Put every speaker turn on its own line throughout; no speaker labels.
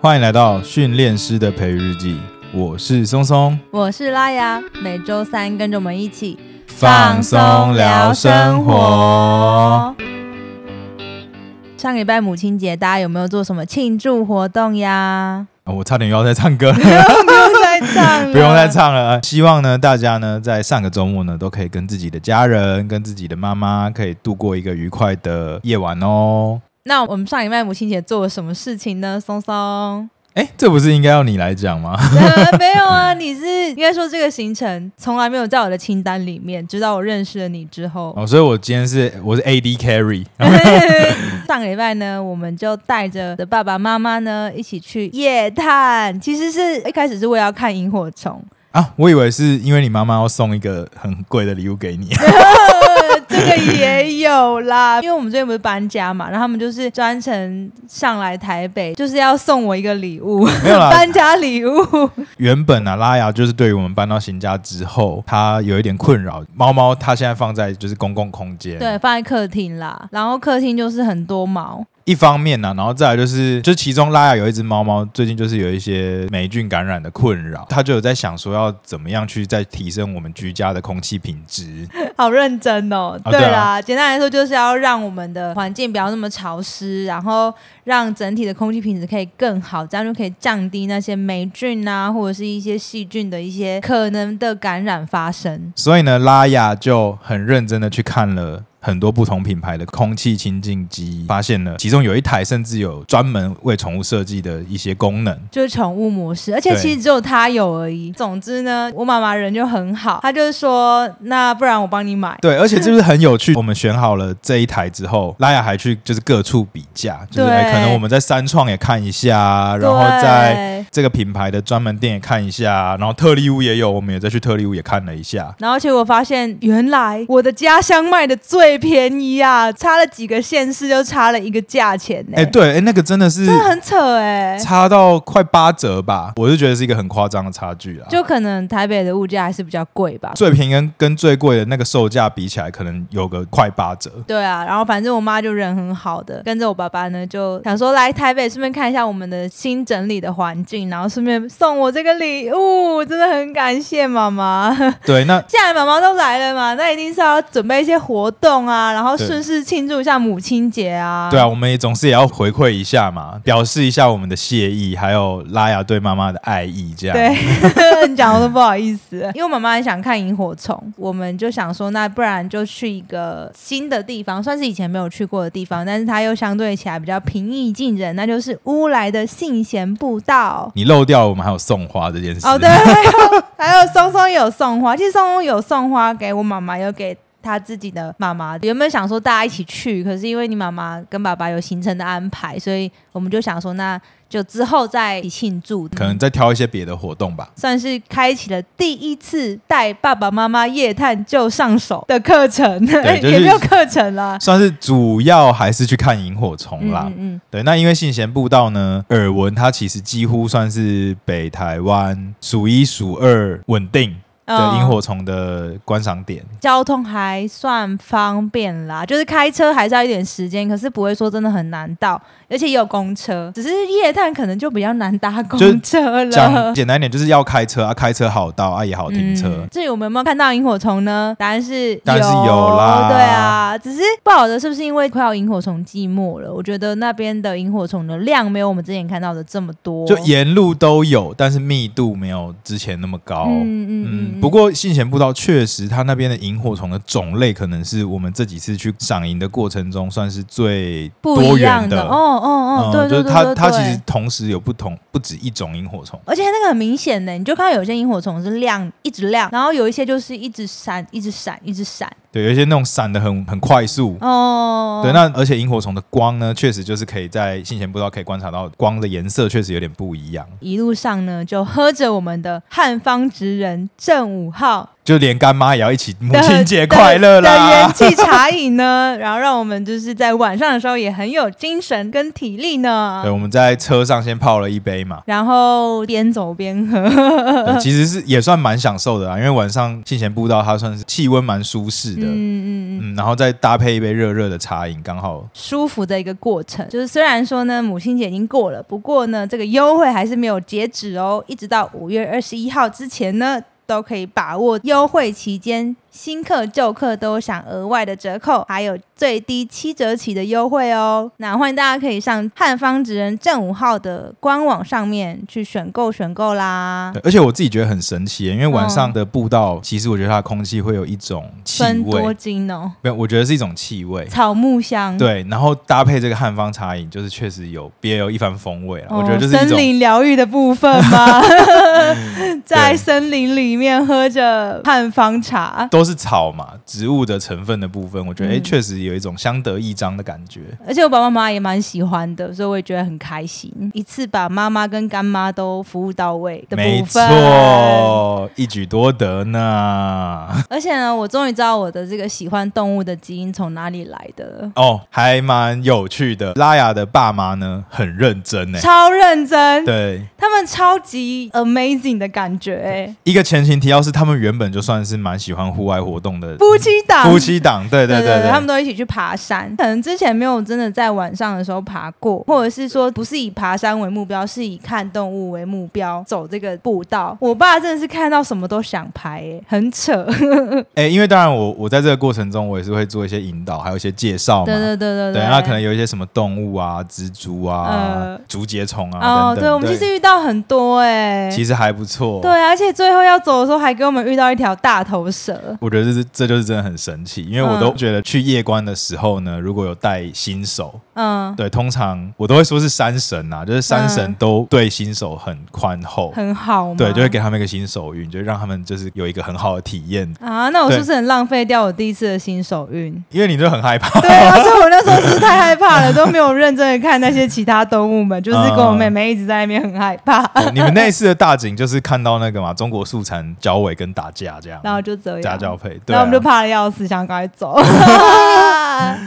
欢迎来到训练师的培育日记，我是松松，
我是拉雅，每周三跟着我们一起
放松聊生活。。
上个礼拜母亲节，大家有没有做什么庆祝活 动呀？
啊我差点又要再唱 歌了，
不用再唱了，
不用再。唱了。希望呢，大家呢在上个周末呢都可以跟自己的家人、跟自己的妈妈，可以度过一个愉快的夜晚哦。
那我们上礼拜母亲节做了什么事情呢？松 松，
哎，这不是应该要你来讲吗？
呃没有啊，你是应该说这个行程从来没有在我的清单里面，直到我认识了你之后。
哦，所以我今天是我是 AD carry，
上个礼拜呢，我们就带着的爸爸妈妈呢一起去夜探，其实是一开始是为了要看萤火虫，
啊，我以为是因为你妈妈要送一个很贵的礼物给 你，
呃这个也有啦， 因为我们最近不是搬家嘛，然后他们就是专程上来台北，就是要送我一个礼物，
没有啦
搬家礼物。
原本啊，拉雅就是对于我们搬到新家之后，它有一点困扰。猫猫它现在放在就是公共空间，
对，，放在客厅啦，然后客厅就是很多毛，
一方面啊呢、然后再来就是，就其中拉雅有一只猫猫，最近就是有一些霉菌感染的困扰，它就有在想说要怎么样去再提升我们居家的空气品质。
好认真哦。
啊
对
对啊
啦，简单来说就是要让我们的环境不要那么潮湿，然后让整体的空气品质可以更好，这样就可以降低那些霉菌啊，或者是一些细菌的一些可能的感染发生。
所以呢，拉雅就很认真的去看了。很多不同品牌的空气清净机，发现了其中有一台甚至有专门为宠物设计的一些功能，
就是宠物模式，而且
对
其实只有他有而已。总之呢，我妈妈人就很好，她就是说，那不然我帮你 买。
对，而且就是很有趣。我们选好了这一台之后，拉雅还去就是各处比价，就是
对
哎可能我们在三创也看一下啊，然后在
对
这个品牌的专门店也看一下啊，然后特力屋也有，我们也再去特力屋也看了一下。
然后结果发现，原来我的家乡卖的最便宜啊，差了几个县市就差了一个价钱呢、
哎、对，哎、那个真的是
真的很扯哎、
差到快八折吧，我就觉得是一个很夸张的差距啊。
就可能台北的物价还是比较贵吧。
最便宜跟跟最贵的那个售价比起来，可能有个快八折。
对啊，然后反正我妈就人很好的，跟着我爸爸呢，就想说来台北顺便看一下我们的新整理的环境，然后顺便送我这个礼物，真的很感谢妈妈。
对，那
既然妈妈都来了嘛，那一定是要准备一些活动啊，然后
对
顺势庆祝一下母亲节啊。
对啊，我们也总是也要回馈一下嘛，表示一下我们的谢意，还有拉雅对妈妈的爱意，这样。
对， 你讲我都不好意思， 因为我妈妈很想看萤火虫，我们就想说，那不然就去一个新的地方，算是以前没有去过的地方，但是它又相对起来比较平易近人，那就是乌来的信贤步道。
你漏掉我们还有送花这件事。
哦，对， 还有还有松松有送花，其实松松有送花给我妈妈，有给她自己的妈妈。原本想说大家一起去，可是因为你妈妈跟爸爸有行程的安排，所以我们就想说，那就之后再一起庆祝。
可能再挑一些别的活动吧。
算是开启了第一次带爸爸妈妈夜探就上手的课程，
就是
也没有课程啦。
算是主要还是去看萤火虫啦，
嗯，
对。那因为信贤步道呢，耳闻它其实几乎算是北台湾数一数二稳定的
嗯
萤火虫的观赏点。
交通还算方便啦，就是开车还是要一点时间，可是不会说真的很难到，而且也有公车，只是夜探可能就比较难搭公车
讲
了。
简单一点，就是要开车啊，开车好到啊，也好停车。
嗯至于我们有没有看到萤火虫呢？答案是有，
当然是有啦
对啊，只是不好的是不是因为快要萤火虫季末了？我觉得那边的萤火虫的量没有我们之前看到的这么多，
就沿路都有，但是密度没有之前那么高。嗯
嗯
不过信贤步道确实，它那边的萤火虫的种类可能是我们这几次去赏萤的过程中算是最
不
多
一样
元嗯
的，哦哦哦，对
就
对
是
对
它
对
它其
对
实同时有不同不止一种萤火虫。
而且那个很明显的，你就看到有些萤火虫是亮，一直亮，然后有一些就是一直闪，一直闪，一直闪。
对，有一些那种闪的很很快速。
哦，
对，那而且萤火虫的光呢，确实就是可以在信贤步道可以观察到光的颜色确实有点不一样。
一路上呢，就喝着我们的汉方直人正五号
就连干妈也要一起母
的
亲节快乐啦！
的的元气茶饮呢，然后让我们就是在晚上的时候也很有精神跟体力呢
对，。我们在车上先泡了一杯嘛，
然后边走边喝，
对其实是也算蛮享受的啦，因为晚上信贤步道它算是气温蛮舒适的，
嗯嗯嗯，
嗯，然后再搭配一杯热热的茶饮，刚好
舒服的一个过程。就是虽然说呢，母亲节已经过了，不过呢，这个优惠还是没有截止哦，一直到五月二十一号之前呢。都可以把握优惠期间，新客旧客都有享额外的折扣，还有最低七折起的优惠哦。那欢迎大家可以上汉方职人正五号的官网上面去选购选购啦
对，。而且我自己觉得很神奇耶，因为晚上的步道，其实我觉得它的空气会有一种气
分多嗯
味，
金哦，
没有，我觉得是一种气味。
草木香，
对，然后搭配这个汉方茶饮，就是确实有别有一番风味了。
哦，
我觉得就是一
森
种
林疗愈的部分 吗？在森林里面喝着汉方茶，
都是草嘛，植物的成分的部分，我觉得哎、诶
嗯
确实有一种相得益彰的感觉。
而且我爸爸妈妈也蛮喜欢的，所以我也觉得很开心，一次把妈妈跟干妈都服务到位的
没
部分。
错，一举多得呢。
而且呢，我终于知道我的这个喜欢动物的基因从哪里来的了。
哦，还蛮有趣的。拉雅的爸妈呢，很认真呢、
超认真，
对，
他们超级 amazing 的感觉、欸，
一个前情提要是，他们原本就算是蛮喜欢户外活动的
夫妻档，
夫妻档，对对对
他们都一起去爬山。可能之前没有真的在晚上的时候爬过，或者是说不是以爬山为目标，是以看动物为目标走这个步道。我爸真的是看到什么都想拍、欸，很扯。
哎、因为当然我我在这个过程中，我也是会做一些引导，还有一些介绍嘛。
对对对对
对那可能有一些什么动物啊、蜘蛛啊
呃、
竹节虫啊
哦，
等等。
对，我们其实遇到很多哎、
其实还不错。
对，，而且最后要走的时候还给我们遇到一条大头蛇。
我觉得这是这就是真的很神奇，因为我
嗯
都觉得去夜观的时候呢，如果有带新手，
嗯。
对，通常我都会说是山神啊，就是山神
嗯
都对新手很宽厚，
很好嘛，
对，就会给他们一个新手运，就让他们就是有一个很好的体验，
啊。那我是不是很浪费掉我第一次的新手运？
因为你就很害 怕。
对啊，所以我那时候是太害怕了，都没有认真的看那些其他动物 们，就是跟我妹妹一直在那边很害怕，
对你们那一次的大景就是看到那个嘛，中国素产脚尾跟打架这样，
然后就这
家
样。
教配，对
然
啊、
后我们就怕的要死，想赶快 走。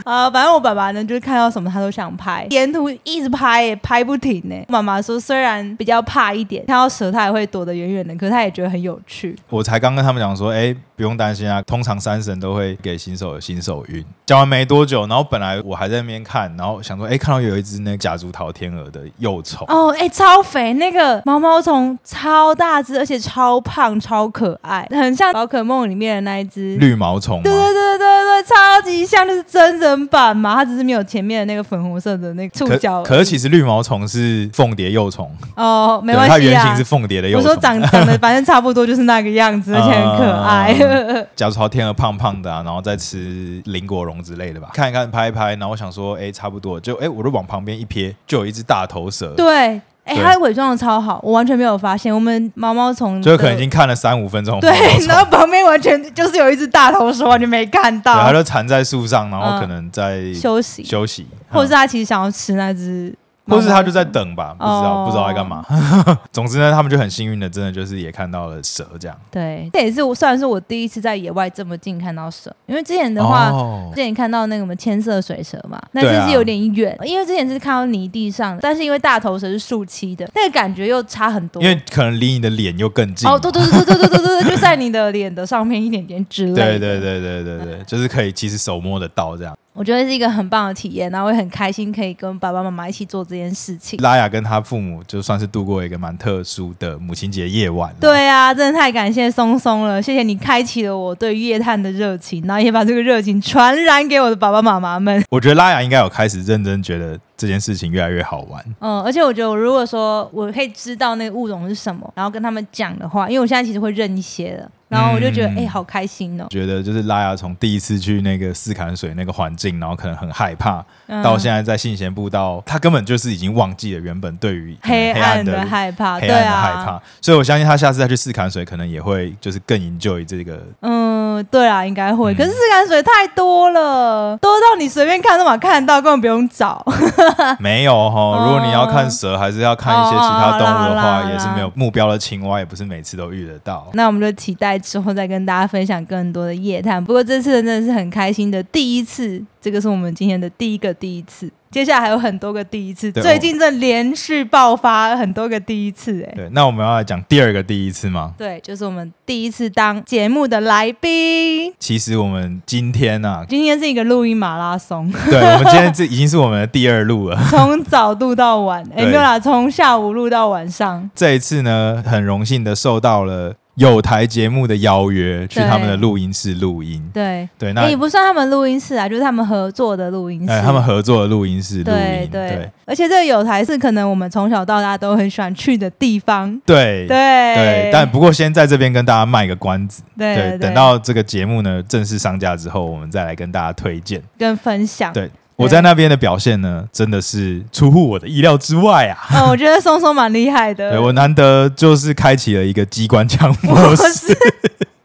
啊，反正我爸爸呢，就是看到什么他都想拍，沿途一直拍耶，拍不停呢。妈妈说，虽然比较怕一点，看到蛇他也会躲得远远的，可是他也觉得很有趣。
我才刚跟他们讲说，哎，不用担心啊，通常山神都会给新手有新手运。讲完没多久，然后本来我还在那边看，然后想说，哎，看到有一只那个夹竹桃天鹅的幼虫，
哦，哎、超肥，那个毛毛虫超大只，而且超胖，超可爱，很像宝可梦里面的那一只
绿毛虫
对
嘛。
对对对对，对超级像，就是真人版嘛，它只是没有前面的那个粉红色的那个触角而
可
已。
可是其实绿毛虫是凤蝶幼虫，
哦，没
对
关
它
系
原
啊
型是。凤蝶的啊幼
我
虫
说。长长得 反正差不多就是那个样子，而且很可爱。
夹竹桃天鹅胖胖的啊，然后再吃林果蓉之类的吧，看一看拍一拍，然后我想说，哎，差不多，就哎，我就往旁边一瞥，就有一只大头蛇，
对，哎、
对
它伪装的超好，我完全没有发现。我们毛毛虫
就
的
可能已经看了三五分钟的毛毛虫，
对，然后旁边完全就是有一只大头蛇，完全没看
对，它
到。
就缠在树上，然后可能在
嗯休息，
休息，
或者是
嗯
它其实想要吃那只毛
或
毛虫，
是他就在等吧，不知道
哦
不知道在干嘛。 总之呢，他们就很幸运的，真的就是也看到了蛇这样。
对，这也是我算是我第一次在野外这么近看到蛇，因为之前的话，
哦
之前看到那个什么千色水蛇嘛，那
对啊
次是有点远，因为之前是看到泥地上的，但是因为大头蛇是树栖的，那个感觉又差很多。
因为可能离你的脸又更近嘛。
哦，对对对对对对对对，就在你的脸的上面一点点之类
对对，
的。
对对对对，就是可以其实手摸得到这样。
我觉得是一个很棒的体验，然后我也很开心可以跟爸爸妈妈一起做这件事情。
拉雅跟她父母就算是度过一个蛮特殊的母亲节夜晚。。
对啊，真的太感谢松松了，谢谢你开启了我对夜探的热情，然后也把这个热情传染给我的爸爸妈妈们。
我觉得拉雅应该有开始认真觉得这件事情越来越好玩，
嗯，而且我觉得，我如果说我可以知道那个物种是什么，然后跟他们讲的话，因为我现在其实会认一些了，然后我就觉得，哎、
嗯
好开心哦、
觉得就是拉雅从第一次去那个四坎水那个环境，然后可能很害怕，
嗯
到现在在信贤步道，他根本就是已经忘记了原本对于可能
黑暗
嗯的
的害怕，
黑
对
暗的害怕，
啊，
所以我相信他下次再去试砍水，可能也会就是更 enjoy 这个。
嗯，对啊，应该会。
嗯
可是四感水太多了，多到你随便看都嘛看得到，根本不用找。
没有哈，
哦
如果你要看蛇，还是要看一些其他动物的
哦好啦
话，
好啦
也是没有目标的青蛙，也不是每次都遇得到。
那我们就期待之后再跟大家分享更多的夜探。不过这次真的是很开心的第一次，这个是我们今天的第一个第一次，接下来还有很多个第一次。
对哦
最
我
近这连续爆发很多个第一次、哎，
对，那我们要来讲第二个第一次吗？
对，就是我们第一次当节目的来宾。，
其实我们今天啊
今天是一个录音马拉松，
对我们今天这已经是我们的第二录了。
从早录到晚，哎、
对
没有啦，从下午录到晚上。
这一次呢，很荣幸的受到了有台节目的邀约，去
对
他们的录音室录音。
对，
对，那
哎、也不算他们录音室啊，就是他们合作的录音室。
呃，他们合作的录音室录
对
音，
对，而且这个有台是可能我们从小到大都很喜欢去的地方。
对
对
对但不过先在这边跟大家卖个关子，
对对
等到这个节目呢正式上架之后，我们再来跟大家推荐。
跟分享。
对我在那边的表现呢，真的是出乎我的意料之外啊！
嗯，我觉得松松蛮厉害的。
对我难得就是开启了一个机关枪模式，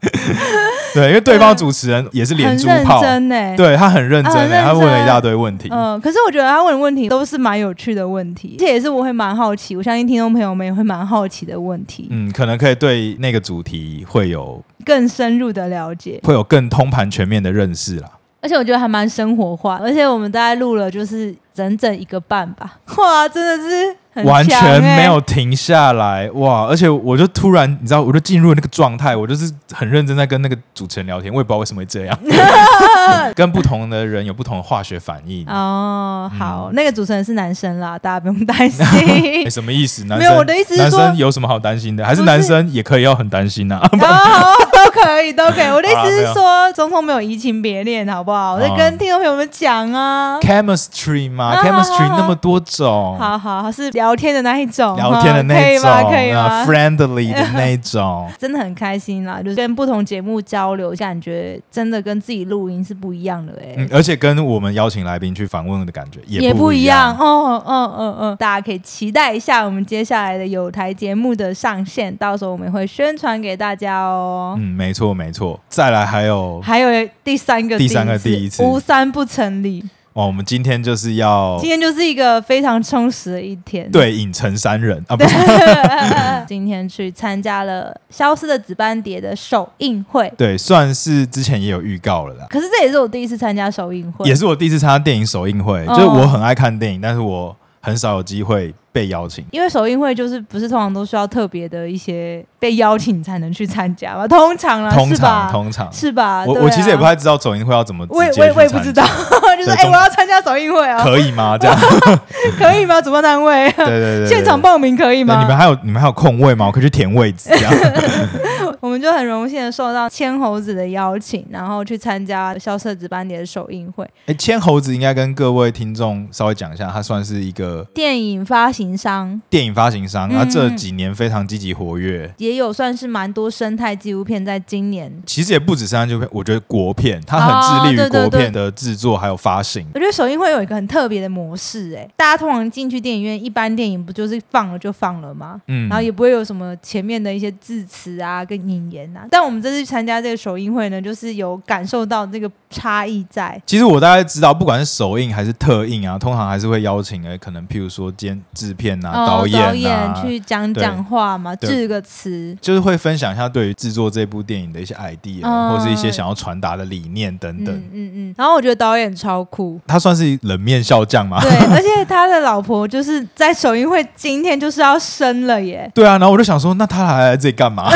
对，因为对方主持人也是连
嗯很
珠
认
炮，
真呢。
对他很认真、
啊很
欸，
认
他问了一
真
大堆问题。
嗯，可是我觉得他问的问题都是蛮有趣的问
嗯
题，而且也是我会蛮好奇，我相信听众朋友们也会蛮好奇的问题，
嗯，可能可以对那个主题会有
更深入的了解。
会有更通盘全面的认识啦。
而且我觉得还蛮生活化，而且我们大概录了就是整整一个半吧， 哇，真的是很欸
完
强
全
欸
没有停下来哇！而且我就突然，你知道，我就进入那个状态，我就是很认真在跟那个主持人聊天，我也不知道为什么会这 样，跟不同的人有不同的化学反应，
哦，好，
嗯
那个主持人是男生啦，大家不用担 心。
欸什么意思？男
没
生
有我的意思是
男
说
生有什么好担心的？还是
不是
男生也可以要很担心呐、啊？
哦，都可以，都可以。我的意思
好啦哦
是说，总统没有移情别恋，好不好？我在跟听众朋友们讲啊。
Chemistry 嘛、
啊
c h e m i s t r y
好好
那么多种，
好好，好是聊天的那一种，
哦聊天的
哈可
那
以
种，
吗？可以
啊
吗？。
friendly 的那 种
真的很开心啦，就是跟不同节目交流一下，你觉得真的跟自己录音是不一样的哎、
嗯，而且跟我们邀请来宾去访问的感觉也
不
不
一
样
样。哦，嗯嗯嗯，大家可以期待一下我们接下来的有台节目的上线，到时候我们也会宣传给大家哦。
嗯，没错没错。再来还有
还有第三个
嗯第
一次
三个第一次
无三不成礼。
哇，哦我们今天就是要
今天就是一个非常充实的一天。
对 影成三人啊，不是
今天去参加了《消失的紫斑蝶》的首映会，
对，算是之前也有预告了啦。
可是这也是我第一次参加首映会，
也是我第一次参加电影首映会，
哦
就是我很爱看电影，但是我很少有机会被邀请。
因为首映会就是不是通常都需要特别的一些被邀请才能去参加嘛，通常啦，
通
啊是吧
常？通常，
是吧？
我
对啊
我其实也不，太知道首映会要怎么直
我也
接
我也我也
去
不
参
知
加
道， 就是
对
哎、
中
我要参加首映会啊，
可以吗？ 这样
可以吗？主办单位，
对对对对，对
现场报名可以
那
吗？
你们还有你们还有空位吗？我可以去填位置这 样。
我们就很荣幸的受到千猴子的邀请，然后去参加《萧瑟子班蝶》的首映会。
哎，千猴子应该跟各位听众稍微讲一下，它算是一个
电影发行商
电影发行商，
嗯
那、这几年非常积极活跃。
也有算是蛮多生态纪录片，在今年，
其实也不止三旧片，我觉得国片，它很致力
哦
于
对对
国
对
片的制作还有发行。
我觉得首映会有一个很特别的模式、哎，大家通常进去电影院，一般电影不就是放了就放了吗？
嗯，
然后也不会有什么前面的一些致辞啊、跟引言啊，但我们这次参加这个首映会呢，就是有感受到这个差异在，
其实我大概知道，不管是首映还是特映啊，通常还是会邀请诶，可能譬如说监制片啊、
哦
导演
导
啊，
演去讲
对
讲话嘛，
对
致个词，
就是会分享一下对于制作这部电影的一些 idea，、
嗯
或是一些想要传达的理念等等。
嗯嗯嗯。然后我觉得导演超
，
酷
他算是冷面笑匠嘛？
对，而且他的老婆就是在首映会今天就是要生了耶，
对啊，然后我就想说，那他还来这里干 嘛？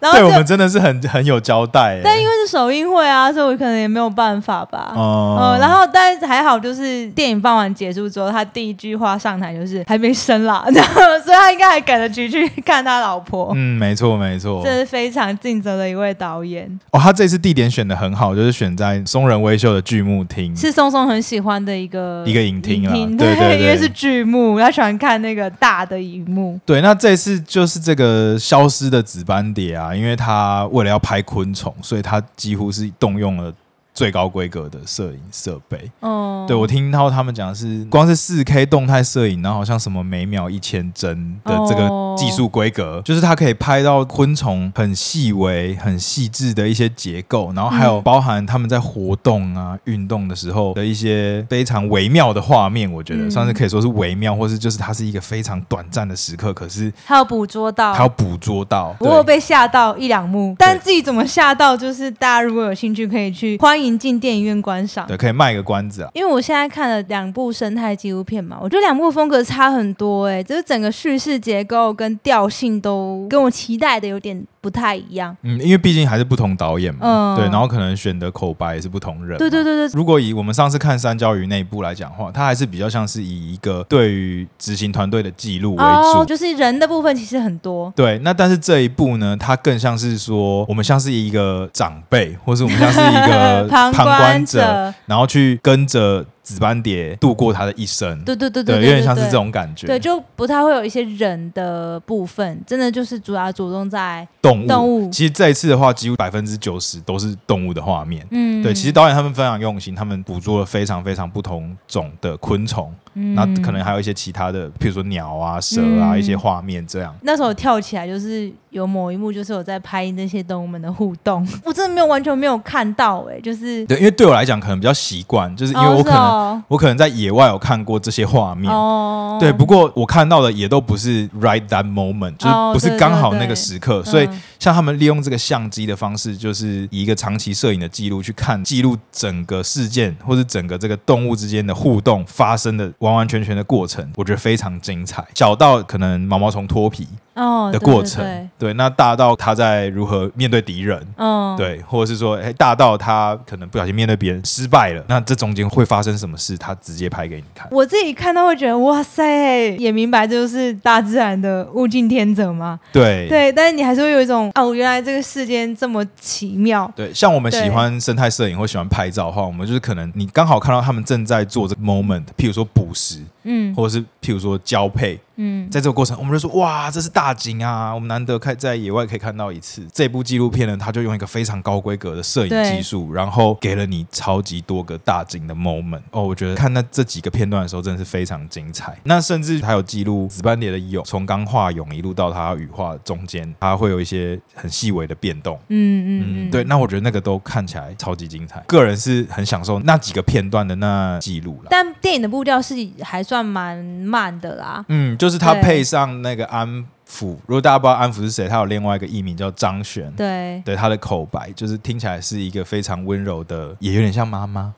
然后
对
就
我们真的是很很有交代、欸。
但因为是首映会啊，所以我可能也没有办法吧。
哦、
呃，然后但还好，就是电影放完结束之后，他第一句话上台就是还没生啦， 然后所以他应该还赶得及去看他老婆。
嗯，没错没错
哦这。是非常尽责的一位导演，
哦，他这次地点选的很好，就是选在松仁威秀的剧目厅。
是松松很喜欢的一个
一个影厅啊
厅
对对对
因为是剧目，他喜欢看那个大的荧幕。
对，那这次就是这个消失的紫斑蝶啊，因为它为了要拍昆虫，所以它几乎是动用了。最高规格的摄影设备。
哦，
对我听到他们讲的是，光是四 K 动态摄影，然后好像什么每秒一千帧的这个
哦
技术规格，就是它可以拍到昆虫很细微、很细致的一些结构，然后还有
嗯
包含他们在活动啊、运动的时候的一些非常微妙的画面。我觉得
嗯
算是可以说是微妙，或是就是它是一个非常短暂的时刻，可是
还有捕捉到，
它要捕捉到。
我有
对
被吓到一两幕，但自己怎么吓到，就是大家如果有兴趣，可以去欢迎进电影院观赏。
对，可以卖个关子啊。
因为我现在看了两部生态纪录片嘛，我觉得两部风格差很多、欸，哎，就是整个叙事结构跟调性都跟我期待的有点不太一样。
嗯，因为毕竟还是不同导演嘛，
嗯
对，然后可能选的口白也是不同人嘛。
对对对对，
如果以我们上次看三焦鱼那一部来讲话，它还是比较像是以一个对于执行团队的记录为主。
哦，就是人的部分其实很多，
对，那但是这一部呢，它更像是说，我们像是一个长辈，或是我们像是一 个
旁
观
观
者，
者
然后去跟着紫斑蝶度过他的一生。
对对对
对，
对，
有点像是这。
对
种感觉。
对，就不太会有一些人的部分，真的就是主要着重在
动物，
动物
其实这一次的话，几乎百分之九十都是动物的画面。
嗯，
对，其实导演他们非常用心，他们捕捉了非常非常不同种的昆虫，
嗯
那可能还有一些其他的，譬如说鸟啊、蛇啊、
嗯
一些画面这样。
那时候跳起来，就是有某一幕，就是我在拍那些动物们的互动，我真的没有完全没有看到哎、就是
对，因为对我来讲可能比较习惯，就是因为
哦
我
是
可能、
哦
我可能在野外有看过这些画面。
哦
对，不过我看到的也都不是 right that moment，就是
哦
不是
对
刚好
对
那个
对
时刻，
嗯
所以像他们利用这个相机的方式，就是以一个长期摄影的记录去看记录整个事件或是整个这个动物之间的互动发生的完完全全的过程，我觉得非常精彩。小到可能毛毛虫脱皮
哦
的过程，
对对对
对，那大到它在如何面对敌人，
嗯，
对，或者是说，哎、大到他可能不小心面对别人失败了，那这中间会发生什么事？他直接拍给你看。
我自己看到会觉得哇塞，也明白这就是大自然的物竞天择嘛。
对
对，但是你还是会有一种哦，原来这个世间这么奇妙。
对像我们喜
对
欢生态摄影或喜欢拍照的话，我们就是可能你刚好看到他们正在做这个 moment，譬如说捕食，
嗯
或者是譬如说交配，
嗯，
在这个过程，我们就说哇，这是大景啊，我们难得看在野外可以看到一次。这部纪录片呢，它就用一个非常高规格的摄影
对
技术，然后给了你超级多个大景的 moment。哦，我觉得看那这几个片段的时候，真的是非常精彩。那甚至还有记录紫斑蝶的蛹，从刚化蛹一路到它羽化中间，它会有一些很细微的变动。
嗯嗯
嗯，
嗯，
对，那我觉得那个都看起来超级精彩，个人是很享受那几个片段的那记录啦。
但电影的步调是还算蛮慢的啦。
嗯，就是他
对
配上那个安抚。如果大家不知道安抚是谁，他有另外一个艺名叫张璇。
对，
对他的口白，就是听起来是一个非常温柔的，也有点像妈妈，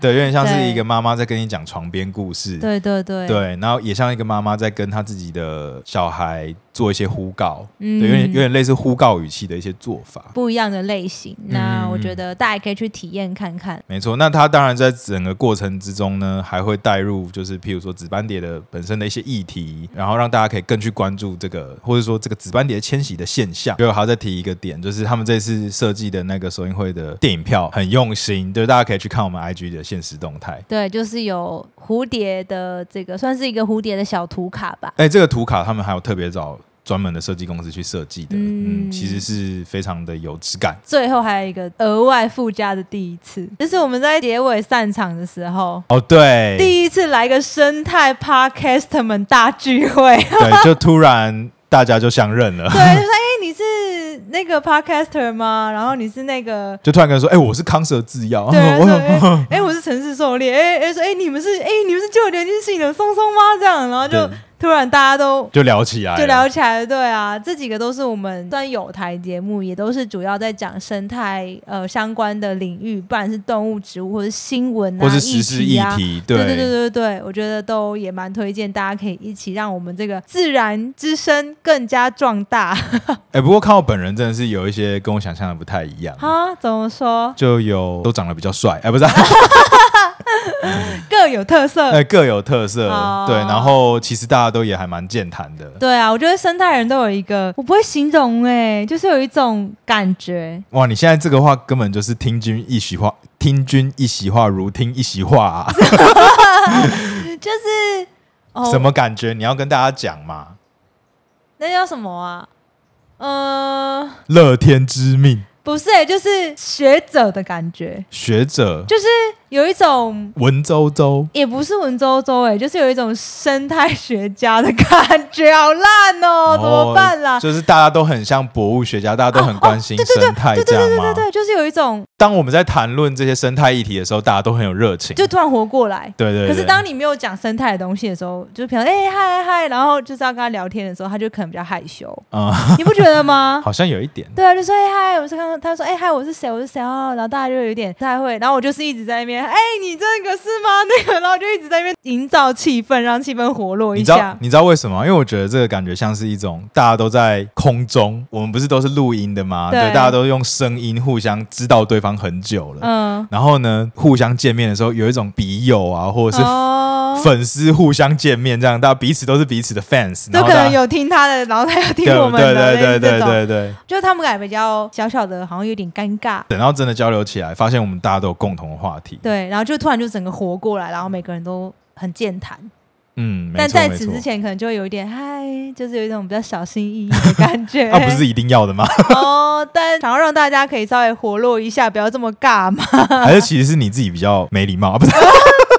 对，有点像是
对
一个妈妈在跟你讲床边故事，
对对对，
对然后也像一个妈妈在跟她自己的小孩做一些呼告，
嗯
对，有点有点类似呼告语气的一些做法。
不一样的类型。那
嗯
我觉得大家也可以去体验看看。
没错，那他当然在整个过程之中呢，还会带入就是譬如说紫斑蝶的本身的一些议题，然后让大家可以更去关注这个，或者说这个紫斑蝶迁徙的现象。最后还要再提一个点，就是他们这次设计的那个首映会的电影票很用心，就是大家可以去看我们 IG 的现实动态。
对，就是有蝴蝶的这个，算是一个蝴蝶的小图卡吧。
哎，这个图卡他们还有特别找专门的设计公司去设计的，嗯
嗯
其实是非常的有质感。
最后还有一个额外附加的第一次，就是我们在结尾散场的时候，
哦，对，
第一次来个生态 podcast 们大聚会。
对，就突然大家就相认了。
对，就说哎、你是那个 podcaster 吗？然后你是那个。
就突然跟他说：“哎、我是康蛇制药，
对，
哦 我
然后说
想
哎、哎我是城市狩猎，哎、哎、说哎、你们是哎、你们是救援军系的松松吗？这样，然后就
对
突然大家都
就聊起来了，
就聊起来了，对啊，这几个都是我们算有台节目，也都是主要在讲生态呃相关的领域，不管是动物、植物，或是新闻啊，
或是时事
议
议
题啊。
题，
对对对对对，我觉得都也蛮推荐，大家可以一起让我们这个自然之声更加壮大
哎、不过看我本人真的是有一些跟我想象的不太一样，
啊！怎么说
就有都长得比较帅，哎、不是啊，
各有特色？
哎、 各有特色，
哦
对。然后其实大家都也还蛮健谈的，
对啊，我觉得生态人都有一个，我不会形容哎、就是有一种感觉，
哇！你现在这个话根本就是听君一席话，听君一席话如听一席话、啊，
就是哦，
什么感觉？你要跟大家讲嘛，
那叫什么啊？呃，
乐天知命，
不是、欸，就是学者的感觉，
学者
就是有一种
文绉绉，
也不是文绉绉哎，就是有一种生态学家的感觉， 好烂哦、怎么办啦？哦
就是大家都很像博物学家，大家都很关心
对对对
生态，
对
这
对对
样
对
吗？
对，就是有一种
当我们在谈论这些生态议题的时候，大家都很有热情。
就突然活过来。
对对对。
可是当你没有讲生态的东西的时候，就是平常哎嗨嗨，然后就是要跟他聊天的时候，他就可能比较害羞，
啊、
你不觉得吗？
好像有一点，
对啊，就说哎嗨，我是刚刚，他说哎嗨，我是谁，我是谁哦，然后大家就有点不太会，然后我就是一直在那边哎，你这个是吗？ 那个，然后就一直在那边营造气氛，让气氛活络
你
一
知道
下。
你知道为什么吗？因为我觉得这个感觉像是一种大家都在空中，我们不是都是录音的吗？
对
大家都用声音互相知道对方很久了。
嗯，
然后呢，互相见面的时候有一种笔友啊，或者是
哦，
粉丝互相见面这样，大家彼此都是彼此的 fans，
都
然后
可
大
能
家
有听他的，然后他要听
对
我们
对
的，类似
对对
这
对
种
对对。
就是他们感觉比较小小的，好像有点尴尬。
等到真的交流起来，发现我们大家都有共同的话题。
对，然后就突然就整个活过来，然后每个人都很健谈，
嗯，没
但
错
在
没
此
错
之。前可能就会有一点嗨，就是有一种比较小心翼翼的感 觉。
啊，不是一定要的吗？
哦，但想要让大家可以稍微活络一下，不要这么尬 嘛，
还是其实是你自己比较没礼貌 啊？不是，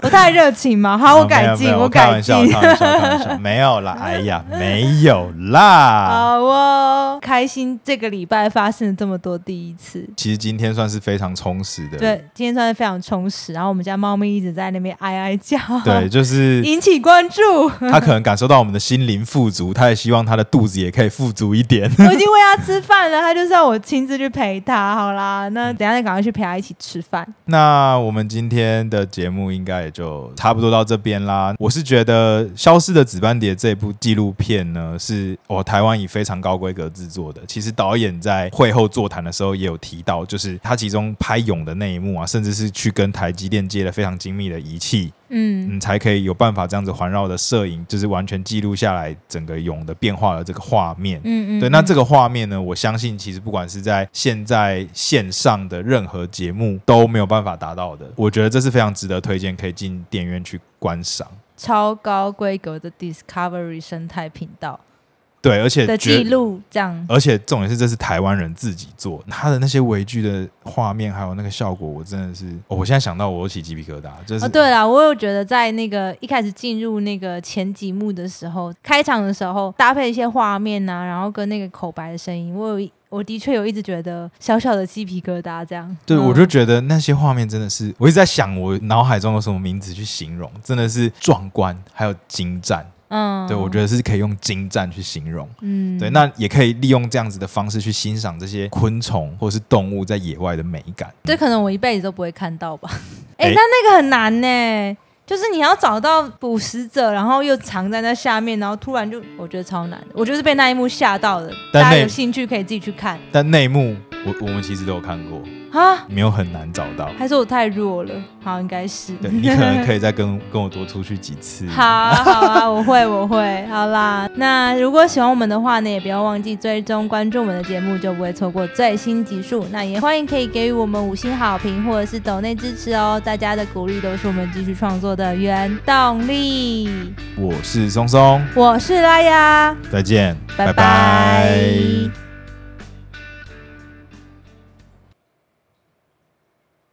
不太热情 嘛。好，我改进，
没有没有我开
改
玩笑，
进
开。玩笑，开玩笑，没有 啦，哎呀，没有啦。
好哦，开心这个礼拜发生了这么多第一次。
其实今天算是非常充实的，
对，今天算是非常充实。然后我们家猫咪一直在那边哀哀叫，
对，， 就是
引起关注。我
他可能感受到我们的心灵富足，他也希望他的肚子也可以富足一点。
已经喂它吃饭了，它就是要我亲自去陪它。好啦，那等一下再赶快去陪它一起吃饭。
那我们今天的节目应该也就差不多到这边啦。我是觉得《消失的紫斑蝶》这部纪录片呢，是我、台湾以非常高规格制作的。其实导演在会后座谈的时候也有提到，就是他其中拍泳的那一幕啊，甚至是去跟台积电接了非常精密的仪器，
嗯，
嗯，才可以有办法这样子环绕的摄影，就是完全记录下来整个泳的变化的这个画面。
嗯嗯，
对，那这
个
个画面呢，我相信其实不管是在现在线上的任何节目都没有办法达到的，我觉得这是非常值得推荐，可以进电影院去观赏。
超高规格的 Discovery 生态频道
对，而且
的
绝
记录，这样
而且重点是这是台湾人自己做，他的那些微距的画面还有那个效果，我真的是，哦我现在想到我都起鸡皮疙瘩，就是、
哦，对啦，我有觉得在那个一开始进入那个前几幕的时候，开场的时候搭配一些画面呐、然后跟那个口白的声音，我有一我的确有一直觉得小小的鸡皮疙瘩这样。
对，
嗯
我就觉得那些画面真的是，我一直在想我脑海中有什么名字去形容，真的是壮观，还有精湛。
嗯
对，我觉
得
得是可以用精湛去形容。
嗯
对，那也可以利用这样子的方式去欣赏这些昆虫或是动物在野外的美感。
这可能我一辈子都不会看到 吧。哎、
哎
那那个很难呢、就是你要找到捕食者，然后又藏在那下面，然后突然就，我觉得超难的。我就是被那一幕吓到的。
但
大家
那
有兴趣可以自己去看
但内幕我我们其实都有看过，
啊，
没有很难找到。
还是我太弱了？好，应该是。
对你可能可以再跟跟我多出去几次。
好啊好啊，我会我会，好啦。那如果喜欢我们的话呢，也不要忘记追踪关注我们的节目，就不会错过最新集数。那也欢迎可以给予我们五星好评或者是抖内支持哦，大家的鼓励都是我们继续创作的原动力。
我是松松，
我是拉雅，
再见，
拜拜